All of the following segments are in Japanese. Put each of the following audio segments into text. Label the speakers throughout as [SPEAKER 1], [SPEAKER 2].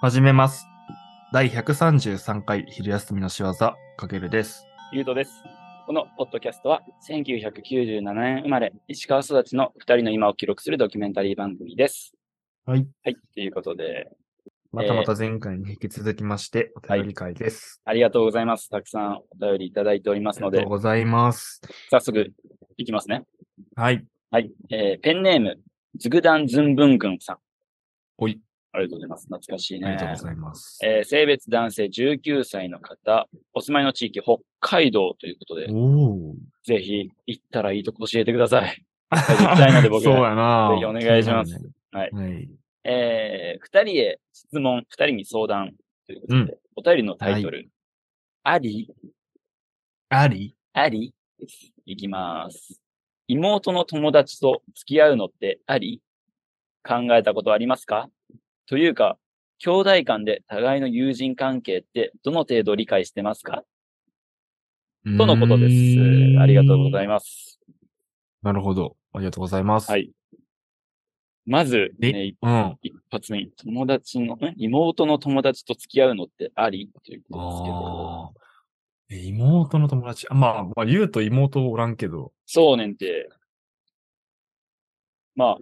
[SPEAKER 1] 始めます。第133回昼休みの仕業、かけるです。
[SPEAKER 2] ゆうとです。このポッドキャストは、1997年生まれ、石川育ちの2人の今を記録するドキュメンタリー番組です。
[SPEAKER 1] はい。
[SPEAKER 2] はい、ということで、
[SPEAKER 1] またまた前回に引き続きまして、お便り会です。
[SPEAKER 2] ありがとうございます。たくさんお便りいただいております
[SPEAKER 1] あ
[SPEAKER 2] の
[SPEAKER 1] りが
[SPEAKER 2] で
[SPEAKER 1] とう、ございます。
[SPEAKER 2] 早速いきますね。
[SPEAKER 1] はい。
[SPEAKER 2] はい、えーペンネーム、ズグダンズンブングンさん。
[SPEAKER 1] おい。
[SPEAKER 2] ありがとうございます。懐かしい
[SPEAKER 1] ありがとうご
[SPEAKER 2] ね。
[SPEAKER 1] ざいます。
[SPEAKER 2] えー性別男性19歳の方、お住まいの地域北海道ということで、
[SPEAKER 1] おお。
[SPEAKER 2] ぜひ行ったらいいとこ教えてください。絶対なんで僕
[SPEAKER 1] そうやな。
[SPEAKER 2] ぜひお願いします
[SPEAKER 1] 気に
[SPEAKER 2] はい
[SPEAKER 1] なるね。はい。
[SPEAKER 2] えー、二人へ質問、二人に相談ということで、
[SPEAKER 1] うん
[SPEAKER 2] お便りのタイトル、あり
[SPEAKER 1] あり
[SPEAKER 2] ありですいきます。妹の友達と付き合うのってあり考えたことありますかというか、兄弟間で互いの友人関係ってどの程度理解してますかとのことです。ありがとうござい
[SPEAKER 1] ま
[SPEAKER 2] ます。
[SPEAKER 1] す。なるほど。ありがとうございます。
[SPEAKER 2] はいまず、
[SPEAKER 1] で
[SPEAKER 2] ね、一
[SPEAKER 1] うん。
[SPEAKER 2] 一発目に、友達の、ん妹の友達と付き合うのってありということですけど、
[SPEAKER 1] ああ。え妹の友達。あまあ、まあ、言うと妹おらんけど。
[SPEAKER 2] そうねんて。まあ、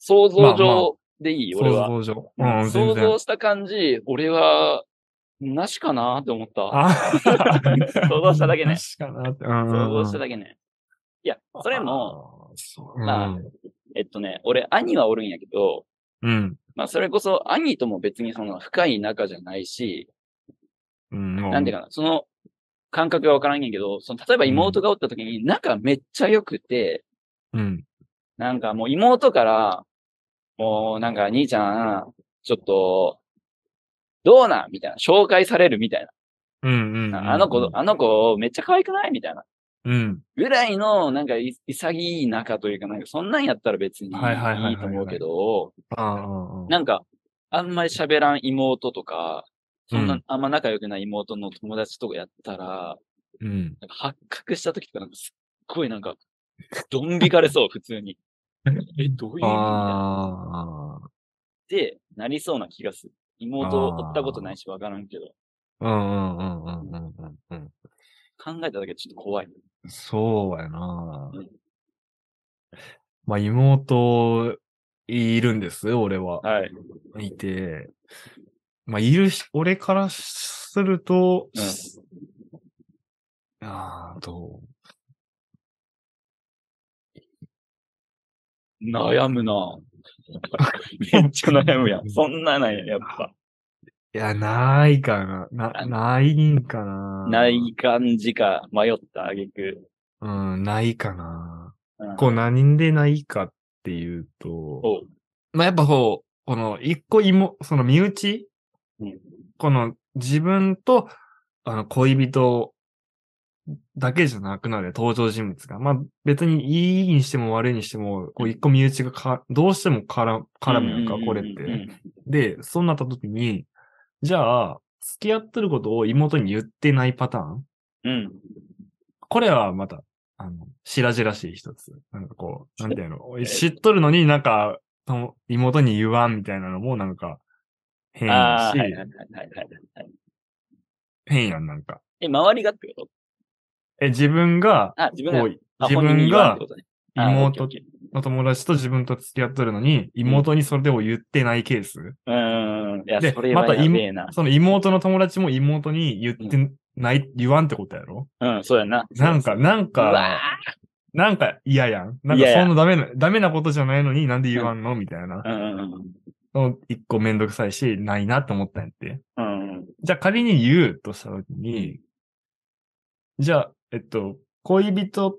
[SPEAKER 2] 想
[SPEAKER 1] ま
[SPEAKER 2] 像
[SPEAKER 1] あまあ
[SPEAKER 2] 上でいい、俺は。
[SPEAKER 1] 想像上。うん、
[SPEAKER 2] 想
[SPEAKER 1] 全然
[SPEAKER 2] 像。した感じ、俺は、なしかなって思った。
[SPEAKER 1] あ
[SPEAKER 2] 想像しただけね
[SPEAKER 1] 確かなって。うんうん
[SPEAKER 2] 想
[SPEAKER 1] うん
[SPEAKER 2] 像しただけね。いや、それも、、
[SPEAKER 1] あーそううん
[SPEAKER 2] まあえっとね、俺、兄はおるんやけど、
[SPEAKER 1] うん。
[SPEAKER 2] まあ、それこそ、兄とも別にその深い仲じゃないし、
[SPEAKER 1] うん。
[SPEAKER 2] なんていう
[SPEAKER 1] か。
[SPEAKER 2] かな、その感覚がわからんねんけど、その、例えば妹がおった時に、仲めっちゃ良くて、
[SPEAKER 1] うん。
[SPEAKER 2] なんかもう妹から、もうなんか兄ちゃん、ちょっと、どうなんみたいな。紹介されるみたい
[SPEAKER 1] うんうん。
[SPEAKER 2] な。あの子、、あの子めっちゃ可愛くないみたいな。
[SPEAKER 1] うん。
[SPEAKER 2] ぐらいの、なんかい潔い仲というか、なんかそんなんやったら別にい
[SPEAKER 1] はいはいはいはいはい
[SPEAKER 2] いと思うけど、
[SPEAKER 1] ああああ
[SPEAKER 2] なんか、あんまり喋らん妹とか、そん
[SPEAKER 1] う、
[SPEAKER 2] なんあんま仲良くない妹の友達とかやったら、
[SPEAKER 1] うん。
[SPEAKER 2] なんか発覚した時とか、なんかすっごいなんか、どん引かれそう、普 通に。え、どういう意味みたいな。
[SPEAKER 1] あ
[SPEAKER 2] ってなりそうな気がする。妹を追ったことないしわからんけど、
[SPEAKER 1] あ。うんうんうんうんうんうんうん。
[SPEAKER 2] 考えただけでちょっと怖い。
[SPEAKER 1] そうやな
[SPEAKER 2] うん。
[SPEAKER 1] まあ、妹、いるんです、俺は。
[SPEAKER 2] はい。
[SPEAKER 1] いて、まあ、いるし、俺からすると、ああ、どう
[SPEAKER 2] 悩むな ぁめっちゃ悩むやん。そんななんや、やっぱ。
[SPEAKER 1] いや、ないかな。な、ないんかな。
[SPEAKER 2] ない。感じか迷った挙句。
[SPEAKER 1] うん、ないかな。
[SPEAKER 2] うん
[SPEAKER 1] こう、何でないかっていうと、
[SPEAKER 2] おう
[SPEAKER 1] まあ、やっぱこう、この、一個妹、その身内
[SPEAKER 2] うん
[SPEAKER 1] この、自分と、あの、恋人だけじゃなくなる登場人物が。まあ、別にいいにしても悪いにしても、こう、一個身内がか、どうしても絡む絡むやんか、これっ
[SPEAKER 2] うんうん
[SPEAKER 1] て。で、そうなった時に、じゃあ、付き合ってることを妹に言ってないパターン
[SPEAKER 2] うんうん。
[SPEAKER 1] これはまた、あの、白々しい一つ。なんかこう、なんていうの、知っとるのになんか、とも妹に言わんみたいなのもなんか、変
[SPEAKER 2] うん。
[SPEAKER 1] や
[SPEAKER 2] ああ、
[SPEAKER 1] し、
[SPEAKER 2] はいはいはいはいはいはい。
[SPEAKER 1] 変やん、なんか。
[SPEAKER 2] え、周りがってこと
[SPEAKER 1] え、自分が、
[SPEAKER 2] あ、自分
[SPEAKER 1] こ
[SPEAKER 2] が
[SPEAKER 1] う、
[SPEAKER 2] あ
[SPEAKER 1] 自
[SPEAKER 2] 本人
[SPEAKER 1] 分
[SPEAKER 2] に言わ
[SPEAKER 1] が
[SPEAKER 2] んってことね。あーオッケーオ
[SPEAKER 1] 妹
[SPEAKER 2] ッケー
[SPEAKER 1] の友達と自分と付き合っとるのに、妹にそれを言ってないケース。
[SPEAKER 2] うーん。いや、
[SPEAKER 1] で
[SPEAKER 2] それはやべえな。
[SPEAKER 1] その妹の友達も妹に言ってない、言わんってことやろ
[SPEAKER 2] うん、そうやな。
[SPEAKER 1] なんか、なん
[SPEAKER 2] うわ
[SPEAKER 1] か、なんか嫌やん。なんか
[SPEAKER 2] 嫌や
[SPEAKER 1] そんなダメな、ダメなことじゃないのになんで言わんのみたいな
[SPEAKER 2] ぁ。。うんうんうん
[SPEAKER 1] の一個めんどくさいし、ないなって思ったんやって。
[SPEAKER 2] うんうん。
[SPEAKER 1] じゃあ仮に言うとしたときに、じゃあ、えっと、恋人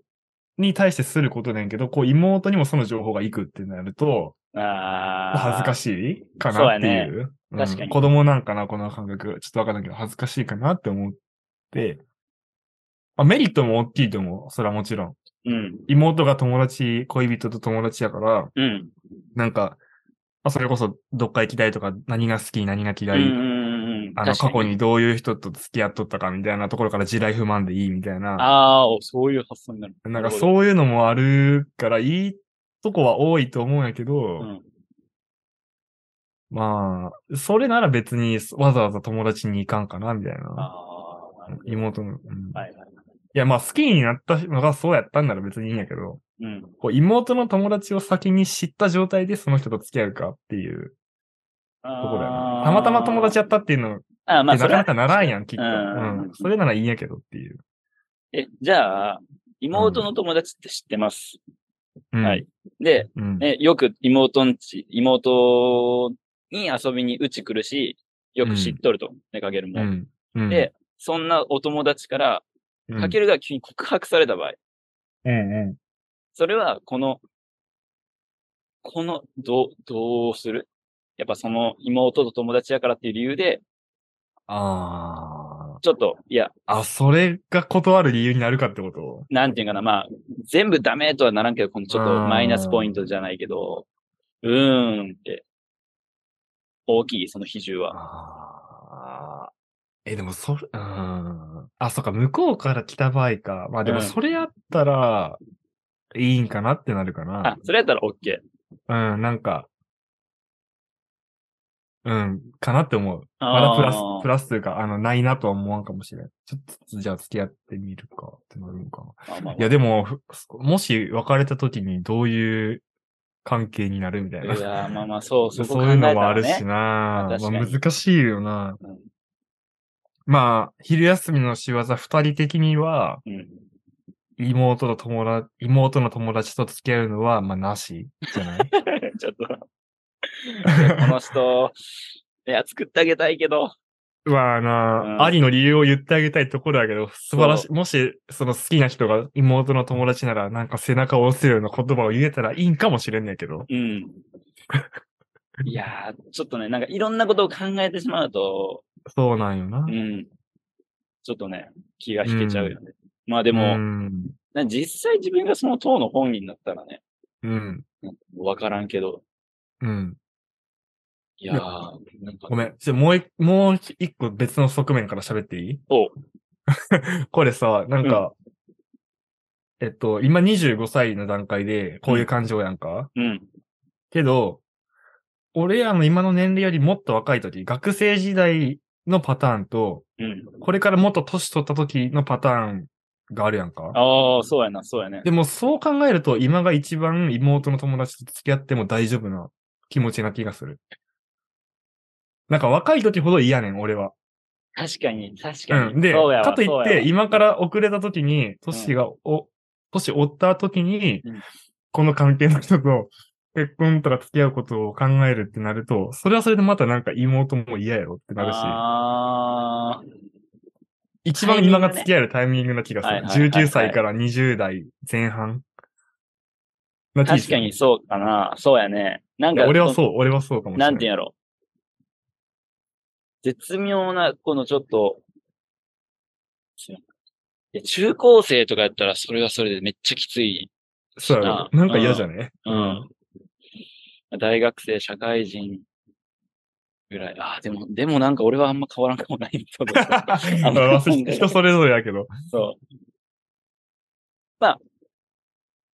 [SPEAKER 1] に対してすることなんやけど、こう妹にもその情報がいくってなると、
[SPEAKER 2] ああ。
[SPEAKER 1] 恥ずかしいか
[SPEAKER 2] そう
[SPEAKER 1] な
[SPEAKER 2] や
[SPEAKER 1] ってい
[SPEAKER 2] ね
[SPEAKER 1] う。うん
[SPEAKER 2] 確かに
[SPEAKER 1] 子供なんかな、この感覚。ちょっとわかんないけど、恥ずかしいかなって思って、まあ、メリットも大きいと思う。それはもちろん。
[SPEAKER 2] うん。
[SPEAKER 1] 妹が友達、恋人と友達やから、
[SPEAKER 2] うん。
[SPEAKER 1] なんか、まあ、それこそどっか行きたいとか、何が好き、何が嫌
[SPEAKER 2] う
[SPEAKER 1] い、
[SPEAKER 2] んうんうん。
[SPEAKER 1] あの、
[SPEAKER 2] 確か
[SPEAKER 1] 過去。にどういう人と付き合っとったかみたいなところから地雷不満でいいみたいな。
[SPEAKER 2] ああ、そういう発想になる。
[SPEAKER 1] なんか
[SPEAKER 2] う。
[SPEAKER 1] そういうのもあるから、いいとこは多いと思うんやけど、
[SPEAKER 2] うん
[SPEAKER 1] まあ、それなら別にわざわざ友達に行かんかな、みたいな。
[SPEAKER 2] ああ、なるほど
[SPEAKER 1] 妹の、うんい。
[SPEAKER 2] はいはいはい。
[SPEAKER 1] や、まあ好きになったのがそうやったんなら別にいいんやけど、
[SPEAKER 2] うん。
[SPEAKER 1] こう妹の友達を先に知った状態でその人と付き合うかっていう
[SPEAKER 2] あ
[SPEAKER 1] と
[SPEAKER 2] ー
[SPEAKER 1] ころだよね。たまたま友達やったっていうの
[SPEAKER 2] あーまあ、
[SPEAKER 1] な
[SPEAKER 2] そ
[SPEAKER 1] か
[SPEAKER 2] れ
[SPEAKER 1] な
[SPEAKER 2] は
[SPEAKER 1] かならんやん、きっと。
[SPEAKER 2] う
[SPEAKER 1] うんん。それならいいんやけどっていう。
[SPEAKER 2] え、じゃあ、妹の友達って知ってます。
[SPEAKER 1] うん
[SPEAKER 2] はい。で、
[SPEAKER 1] うん。
[SPEAKER 2] ね、よく妹んち、妹に遊びにうち来るし、よく知っとると、出かけるも、
[SPEAKER 1] うん。うん。
[SPEAKER 2] でそんなお友達から、
[SPEAKER 1] うん、
[SPEAKER 2] かけるが急に告白された場合、
[SPEAKER 1] うんう
[SPEAKER 2] それは、この、この、どう、どうするやっぱその妹と友達やからっていう理由で、
[SPEAKER 1] ん。あ
[SPEAKER 2] ちょっと、いや、
[SPEAKER 1] あ。あ、それが断る理由になるかってこと
[SPEAKER 2] なんていうかな、まあ、全部ダメとはならんけど、このちょっと
[SPEAKER 1] うん
[SPEAKER 2] マイナスポイントじゃないけど、うーんって、大きい、その比重は。
[SPEAKER 1] ああ。え、でもそれ、うん。あ、そっか、向こうから来た場合か。まあで
[SPEAKER 2] う
[SPEAKER 1] も
[SPEAKER 2] ん
[SPEAKER 1] それやったら、いいんかなってなるか
[SPEAKER 2] あ
[SPEAKER 1] な、。
[SPEAKER 2] それやったら OK。
[SPEAKER 1] うん、なんか、うん、かなって思う。ま
[SPEAKER 2] あ
[SPEAKER 1] だ
[SPEAKER 2] あ
[SPEAKER 1] プラス、プラスというか、あの、ないなとは思わんかもしれん。ちょっと、じゃあ付き合ってみるかってなるのかな。
[SPEAKER 2] まあまあ
[SPEAKER 1] いや、でも、ふもし別れた時にどういう関係になるみたいな。
[SPEAKER 2] いやー、まあまあ、そう、そこ
[SPEAKER 1] そ
[SPEAKER 2] 考
[SPEAKER 1] う
[SPEAKER 2] え
[SPEAKER 1] いう
[SPEAKER 2] た
[SPEAKER 1] のもあ
[SPEAKER 2] ら
[SPEAKER 1] る
[SPEAKER 2] ね
[SPEAKER 1] し。な、
[SPEAKER 2] まあ確か
[SPEAKER 1] ま
[SPEAKER 2] に
[SPEAKER 1] あ、難しいよな。
[SPEAKER 2] うん
[SPEAKER 1] まあ、昼休みの仕業二人的には、
[SPEAKER 2] うん。
[SPEAKER 1] 妹と友達、妹の友達と付き合うのは、まあ、なしじゃない
[SPEAKER 2] ち ょっと、この人、いや、作ってあげたいけど、
[SPEAKER 1] まあ
[SPEAKER 2] う
[SPEAKER 1] な、
[SPEAKER 2] ん
[SPEAKER 1] ありの理由を言ってあげたいところだけど、素晴らしい。
[SPEAKER 2] そ
[SPEAKER 1] もし、その好きな人が妹の友達なら、なんか背中を押せるような言葉を言えたらいいんかもしれんねんけど。
[SPEAKER 2] うん。いやー、ちょっとね、なんかいろんなことを考えてしまうと、
[SPEAKER 1] そうなんよな
[SPEAKER 2] う。ん。ちょっとね、気が引けちゃうよね。まあで
[SPEAKER 1] で
[SPEAKER 2] も、
[SPEAKER 1] うん。
[SPEAKER 2] な実際自分がその党の本人だったらね、
[SPEAKER 1] うん。
[SPEAKER 2] わからんけど、
[SPEAKER 1] うん。
[SPEAKER 2] い
[SPEAKER 1] い
[SPEAKER 2] やー
[SPEAKER 1] や、
[SPEAKER 2] なんか、
[SPEAKER 1] ごめん。じゃあもう一、もう一個別の側面から喋っていい
[SPEAKER 2] おう
[SPEAKER 1] これさ、なんか、えっと、今25歳の段階で、こういう感情やんか、
[SPEAKER 2] うん。
[SPEAKER 1] けど、俺らの今の年齢よりもっと若い時、学生時代のパターンと、
[SPEAKER 2] うん。
[SPEAKER 1] これからもっと年取った時のパターンがあるやんか
[SPEAKER 2] ああ、そうやな、そうやね。
[SPEAKER 1] でもそう考えると、今が一番妹の友達と付き合っても大丈夫な気持ちな気がする。なんか若い時ほど嫌ねん、俺は。
[SPEAKER 2] 確かに、確かに。
[SPEAKER 1] うん。で、
[SPEAKER 2] そうやわ
[SPEAKER 1] かとい
[SPEAKER 2] そう
[SPEAKER 1] っ
[SPEAKER 2] やわ
[SPEAKER 1] て、今から遅れた時に、トシが、お、トシ追った時に、
[SPEAKER 2] うん
[SPEAKER 1] この関係の人と結婚とか付き合うことを考えるってなると、それはそれでまたなんか妹も嫌やろってなるし、
[SPEAKER 2] ああ、
[SPEAKER 1] 一番今が付き合えるタイミングな気がす
[SPEAKER 2] はい
[SPEAKER 1] る。
[SPEAKER 2] はいはいはい
[SPEAKER 1] 19歳から20代前半な気が
[SPEAKER 2] 確
[SPEAKER 1] す
[SPEAKER 2] か
[SPEAKER 1] る
[SPEAKER 2] にそうかな。そうやね。なん
[SPEAKER 1] いや
[SPEAKER 2] か、
[SPEAKER 1] 俺はそう、俺はそうかもしれな。
[SPEAKER 2] ないんていうんやろ。絶妙な、このちょっと、いや中高生とかやったらそれはそれでめっちゃきつい。
[SPEAKER 1] そうやろ。
[SPEAKER 2] うん
[SPEAKER 1] なんか嫌じゃね、
[SPEAKER 2] うん。大学生、社会人ぐらい。ああ、でも、でもなんか俺はあんま変わらんかもないそうそう
[SPEAKER 1] ま
[SPEAKER 2] あんま
[SPEAKER 1] あ人それぞれやけど。
[SPEAKER 2] そう。まあ、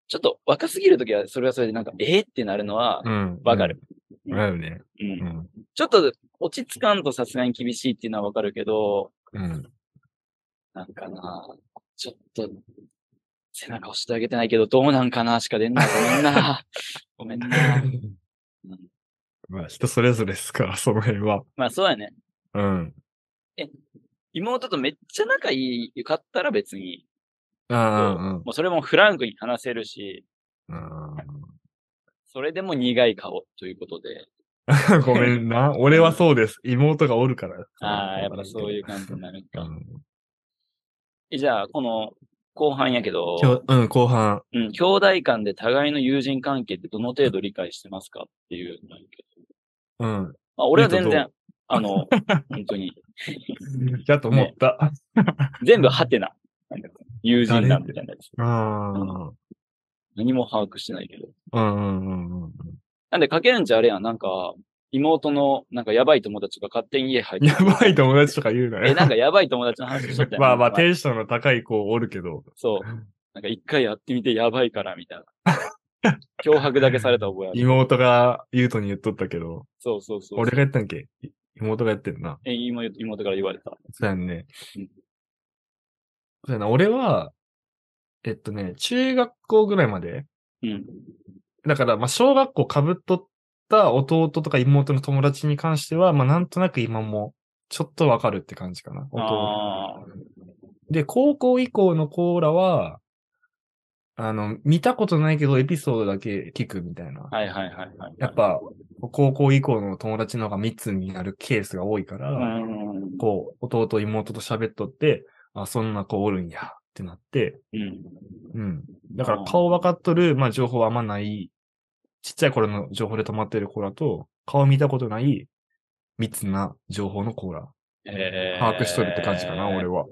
[SPEAKER 2] ちょっと若すぎるときはそれはそれでなんか、えー、ってなるのは
[SPEAKER 1] うん。
[SPEAKER 2] わかる。
[SPEAKER 1] うん。わかるね。
[SPEAKER 2] うん
[SPEAKER 1] うん。
[SPEAKER 2] ちょっと落ち着かんとさすがに厳しいっていうのはわかるけど、
[SPEAKER 1] うん。
[SPEAKER 2] なんかな、ちょっと、背中押してあげてないけど、どうなんかなしか出んな。ごめ んな。ごめんな。
[SPEAKER 1] まあ人それぞれですから、その辺は。
[SPEAKER 2] まあそうやね。
[SPEAKER 1] うん。
[SPEAKER 2] 妹とめっちゃ仲いいかったら別に、
[SPEAKER 1] あ
[SPEAKER 2] もうそれもフランクに話せるし、
[SPEAKER 1] あ、うん。
[SPEAKER 2] それでも苦い顔ということで、
[SPEAKER 1] うん ごめんな。俺はそうです。妹がおるから。
[SPEAKER 2] ああ、やっぱそういう感じになる
[SPEAKER 1] う
[SPEAKER 2] か。
[SPEAKER 1] ん。
[SPEAKER 2] えじゃあ、この後半やけど、
[SPEAKER 1] 今日、うん、後半。
[SPEAKER 2] うん、兄弟間で互いの友人関係ってどの程度理解してますかっていうのやけ
[SPEAKER 1] う
[SPEAKER 2] ど。
[SPEAKER 1] ん。
[SPEAKER 2] まあ、俺は
[SPEAKER 1] えっと
[SPEAKER 2] 全
[SPEAKER 1] どう
[SPEAKER 2] 然、あの、本当に、
[SPEAKER 1] だと思った。
[SPEAKER 2] 全部ハテナ。なんか友人談みたいなやつ。
[SPEAKER 1] あ
[SPEAKER 2] 何も把握してないけど。
[SPEAKER 1] あ。うんうんうんうん。
[SPEAKER 2] なんで、かけるんちゃあれやん、なんか、妹の、なんかやばい友達が勝手に家入っ て
[SPEAKER 1] や
[SPEAKER 2] くる
[SPEAKER 1] ばい友達とか言うな
[SPEAKER 2] え、
[SPEAKER 1] よ。
[SPEAKER 2] なんかやばい友達の話しとったやん。
[SPEAKER 1] まあまあ、
[SPEAKER 2] なんか
[SPEAKER 1] テンションの高い子おるけど。
[SPEAKER 2] そう。なんか一回やってみてやばいから、みたいな。脅迫だけされた覚 えある。
[SPEAKER 1] 妹がゆうとに言っとったけど、
[SPEAKER 2] そうそうそう。
[SPEAKER 1] 俺がやったんけい妹がやってるな。
[SPEAKER 2] え、今言う妹から言われた。
[SPEAKER 1] そうやんね
[SPEAKER 2] うん。
[SPEAKER 1] そうやな、俺は、えっとね、中学校ぐらいまで、
[SPEAKER 2] うん。
[SPEAKER 1] だから、まあ、小学校かぶっとった弟とか妹の友達に関しては、まあ、なんとなく今も、ちょっとわかるって感じかな。弟
[SPEAKER 2] ああ。
[SPEAKER 1] で、高校以降のコーラは、あの、見たことないけど、エピソードだけ聞くみたいな。
[SPEAKER 2] はいはいはいはい。
[SPEAKER 1] やっ、ぱ、高校以降の友達の方が密になるケースが多いか
[SPEAKER 2] う
[SPEAKER 1] ら、
[SPEAKER 2] ん。うん。
[SPEAKER 1] こう、弟、妹と喋っとって、あ、そんな子おるんや、ってなって、うん。だから顔分かっとる、まあ情報はあんまない、ちっちゃい頃の情報で止まってる子らと、顔見たことない密な情報の子ら、
[SPEAKER 2] えー
[SPEAKER 1] 把握しとるって感じかな、俺は。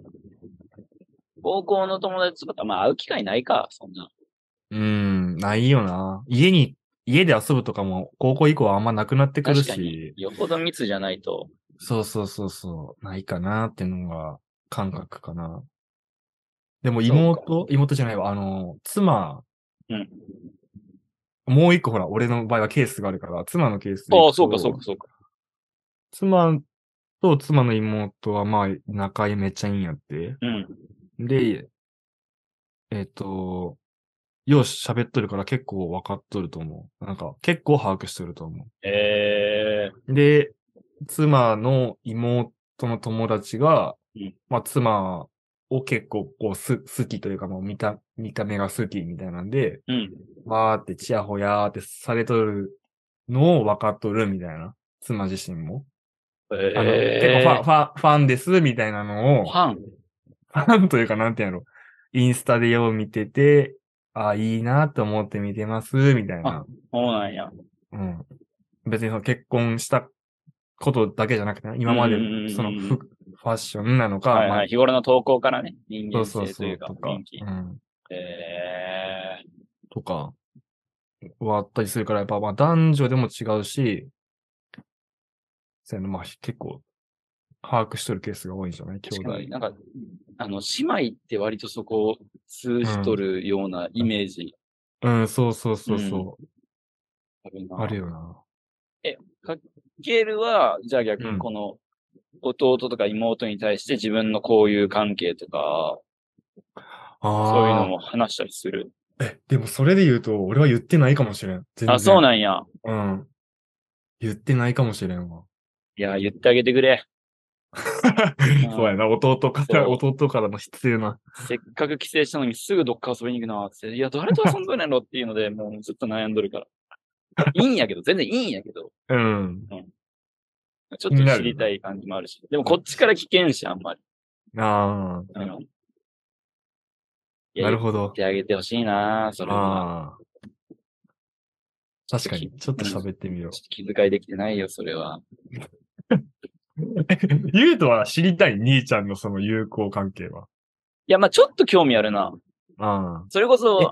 [SPEAKER 2] 高校の友達とか、まあ会う機会ないか、そんな。
[SPEAKER 1] うん、ないよな。家に、家で遊ぶとかも高校以降はあんまなくなってくる
[SPEAKER 2] 確かに
[SPEAKER 1] し、、
[SPEAKER 2] よほど密じゃないと。
[SPEAKER 1] そうそうそうそう、ないかなっていうのが感覚かな。でも妹、妹じゃないわ、あの、妻、
[SPEAKER 2] うん。
[SPEAKER 1] もう一個ほら、俺の場合はケースがあるから、妻のケースでいくと。
[SPEAKER 2] ああ、そうかそうかそうか。
[SPEAKER 1] 妻と妻の妹はまあ仲めっちゃいいんやって。
[SPEAKER 2] うん。
[SPEAKER 1] で、えっ、と、よし喋っとるから結構分かっとると思う。なんか結構把握してると思
[SPEAKER 2] ええ
[SPEAKER 1] う。で、妻の妹の友達が、
[SPEAKER 2] うん
[SPEAKER 1] まあ妻を結構こうす好きというかもう見た、見た目が好きみたいなんで、
[SPEAKER 2] うん。
[SPEAKER 1] わーってチヤホヤーってされとるのを分かっとるみたいな。妻自身も。
[SPEAKER 2] え
[SPEAKER 1] あの、
[SPEAKER 2] え
[SPEAKER 1] 結構ファン、ファン、ファンです、みたいなのを、
[SPEAKER 2] フ
[SPEAKER 1] フ
[SPEAKER 2] ァン。
[SPEAKER 1] ァンというか、なんていうんやろ。インスタでよう見てて、ああ、いいなと思って見てます、みたいな。
[SPEAKER 2] そうなんや。
[SPEAKER 1] うん。別にその結婚したことだけじゃなくてね、今まで
[SPEAKER 2] うんうんうんう、ん
[SPEAKER 1] そのふファッションなのか、
[SPEAKER 2] はい
[SPEAKER 1] まあ
[SPEAKER 2] はい。日頃の投稿からね、人
[SPEAKER 1] そうそ
[SPEAKER 2] 間
[SPEAKER 1] う
[SPEAKER 2] 性と
[SPEAKER 1] そ
[SPEAKER 2] いう
[SPEAKER 1] う、
[SPEAKER 2] か、
[SPEAKER 1] とか、
[SPEAKER 2] 雰囲気。
[SPEAKER 1] うん。
[SPEAKER 2] ええ
[SPEAKER 1] とか、はあったりするから、やっぱ、まあ、男女でも違うし、そういうの、まあ、結構、把握しとるケースが多いんじゃない兄
[SPEAKER 2] 確
[SPEAKER 1] 弟
[SPEAKER 2] か。になんか、あの、姉妹って割とそこを通じとるようなイメージ
[SPEAKER 1] うん、そうそうそうそう。
[SPEAKER 2] あるな。
[SPEAKER 1] あるよな。
[SPEAKER 2] ゲールは、じゃあ逆
[SPEAKER 1] うん
[SPEAKER 2] にこの、弟とか妹に対して自分のこういう関係とか、
[SPEAKER 1] ああ。
[SPEAKER 2] そういうのも話したりする。
[SPEAKER 1] え、でもそれで言うと、俺は言ってないかもしれん。全然
[SPEAKER 2] あ、そうなんや。
[SPEAKER 1] うん。言ってないかもしれんわ。
[SPEAKER 2] いや、言ってあげて くれ。
[SPEAKER 1] そうやな、弟から、
[SPEAKER 2] そう
[SPEAKER 1] 弟からの必要な。
[SPEAKER 2] せっかく帰省したのにすぐどっか遊びに行くなって。いや、誰と遊んどるんやろっていう ので、もうずっと悩んどるから。いいんやけど、全然いいんやけど、
[SPEAKER 1] うん。
[SPEAKER 2] ちょっと知りたい感じもあるし。でもこっちから聞けんし、あんまり。
[SPEAKER 1] ああ、
[SPEAKER 2] うん。いや
[SPEAKER 1] なる
[SPEAKER 2] 言
[SPEAKER 1] ほど
[SPEAKER 2] っ。てあげてほしいなそれ
[SPEAKER 1] あ
[SPEAKER 2] は。
[SPEAKER 1] あ。確かに、ちょっと喋ってみよ
[SPEAKER 2] ちょっと気遣いできてないよ、それは。
[SPEAKER 1] う。 ゆうとは知りたい、兄ちゃんのその友好関係は。
[SPEAKER 2] いや、まあちょっと興味あるな。
[SPEAKER 1] ああ。
[SPEAKER 2] それこ
[SPEAKER 1] う
[SPEAKER 2] そ、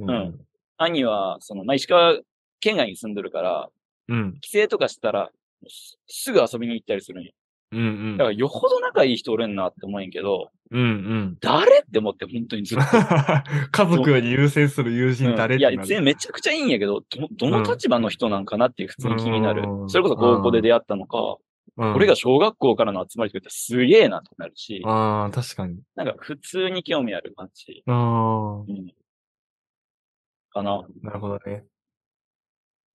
[SPEAKER 2] うん。兄は、その、まあ、石川県外に住んでるから、
[SPEAKER 1] うん。
[SPEAKER 2] 帰省とかしたら、すすぐ遊びに行ったりするんよ。
[SPEAKER 1] うんうん
[SPEAKER 2] だか。ら、よほど仲いい人おれんなって思うんやけど、
[SPEAKER 1] うんうん。
[SPEAKER 2] 誰って思って、本当にずっと。
[SPEAKER 1] 家族より優先する友人
[SPEAKER 2] う
[SPEAKER 1] 誰っ
[SPEAKER 2] んい
[SPEAKER 1] て
[SPEAKER 2] や、
[SPEAKER 1] なる
[SPEAKER 2] 全然めちゃくちゃいいんやけど、ど、どの立場の人なんかなっていう普通に気になる
[SPEAKER 1] う。ん
[SPEAKER 2] それこそ高校で出会ったのか、
[SPEAKER 1] うん
[SPEAKER 2] 俺が小学校からの集まりとか言ったらすげえなってなるし、
[SPEAKER 1] ああ、確かに。
[SPEAKER 2] なんか普通に興味ある感じ。
[SPEAKER 1] あ
[SPEAKER 2] うん。かな。
[SPEAKER 1] あ、なるほどね。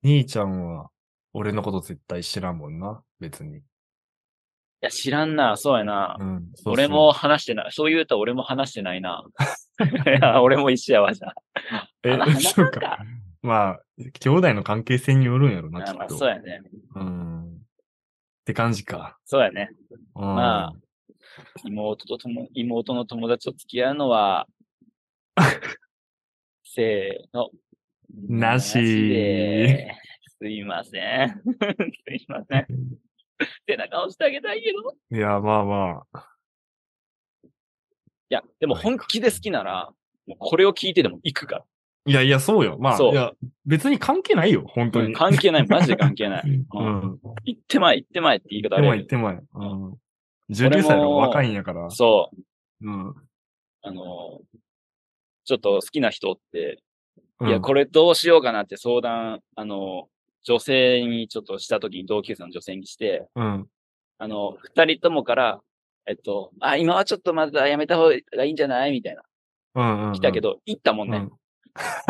[SPEAKER 1] 兄ちゃんは、俺のこと絶対知らんもんな、別に。
[SPEAKER 2] いや、知らんな、そうやな。
[SPEAKER 1] うん。そうそう
[SPEAKER 2] 俺。も話してない。そう言うと俺も話してないな。 いや、俺も一緒やわ、じゃあ。
[SPEAKER 1] え
[SPEAKER 2] あ、
[SPEAKER 1] そうか。。まあ、兄弟の関係性によるんやろな、
[SPEAKER 2] 話
[SPEAKER 1] き
[SPEAKER 2] さ
[SPEAKER 1] っ
[SPEAKER 2] ん
[SPEAKER 1] と。
[SPEAKER 2] かあまあ、そうやね。
[SPEAKER 1] うん。って感じか。
[SPEAKER 2] そうやね。
[SPEAKER 1] うん
[SPEAKER 2] まあ妹ととも、妹の友達と付き合うの は、せーの。
[SPEAKER 1] なし
[SPEAKER 2] ですすいません。 すいません。背中押してあげたいけど。
[SPEAKER 1] い
[SPEAKER 2] い
[SPEAKER 1] や、まあまあ。
[SPEAKER 2] や、でも本気で好きなら、もうこれを聞いてでも行くか
[SPEAKER 1] いやいや、そうよ。まあ、
[SPEAKER 2] そう
[SPEAKER 1] いや、別に関係ないよ、本当
[SPEAKER 2] ら。
[SPEAKER 1] に。
[SPEAKER 2] 関係ない。マジで関係 ない。
[SPEAKER 1] う
[SPEAKER 2] うん
[SPEAKER 1] ん。
[SPEAKER 2] 行ってまい、行ってまいって言い方あ
[SPEAKER 1] 手前、
[SPEAKER 2] る。
[SPEAKER 1] 手前。うん。19歳の若いんやから。
[SPEAKER 2] そう。
[SPEAKER 1] うん。
[SPEAKER 2] あの、ちょっと好きな人って、
[SPEAKER 1] うん
[SPEAKER 2] いや、これどうしようかなって相談、あの、女性にちょっとした時に同級生の女性にして、
[SPEAKER 1] うん。
[SPEAKER 2] あの、二人ともから、えっと、あ、今はちょっとまだやめた方がいいんじゃないみたいな。
[SPEAKER 1] うんうんうん。
[SPEAKER 2] 来たけど、行ったもん
[SPEAKER 1] う
[SPEAKER 2] ね。
[SPEAKER 1] ん。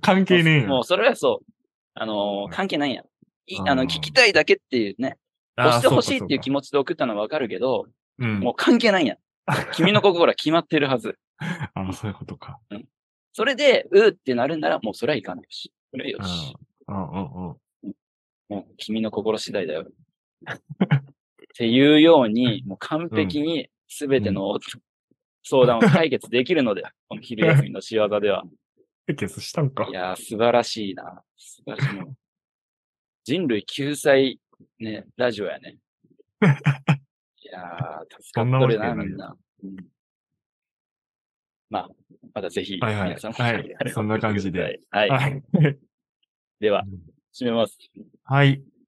[SPEAKER 1] 関係ねえ
[SPEAKER 2] もうも
[SPEAKER 1] よ
[SPEAKER 2] う。それはそう。あのー、関係ないやん。い
[SPEAKER 1] うん
[SPEAKER 2] あの、聞きたいだけっていうね、押してほしいっていう気
[SPEAKER 1] 持ち。
[SPEAKER 2] 持ちで送ったのはわかるけど、
[SPEAKER 1] うん
[SPEAKER 2] もう関係ないやん。君の心は決まってるはず。
[SPEAKER 1] あ、そういうことか。
[SPEAKER 2] それで、うーってなるなら、もうそれはいかないし。それはよし。
[SPEAKER 1] うんうんうん。
[SPEAKER 2] もう君の心次第だよ。っていうように、もう完璧に全ての相談を解決できるので、この昼休みの仕業で は。
[SPEAKER 1] 解決したんか
[SPEAKER 2] い。やー、素晴らしいな。素晴らしい。もう人類救済、ね、ラジオやね。いやー、助かっとるな、
[SPEAKER 1] そんなわけない
[SPEAKER 2] みんな。うんまあ、またぜひ、
[SPEAKER 1] はいはい
[SPEAKER 2] 皆さんも
[SPEAKER 1] はいそんな感じで。
[SPEAKER 2] はい。
[SPEAKER 1] はい。
[SPEAKER 2] では、締めます。
[SPEAKER 1] はい。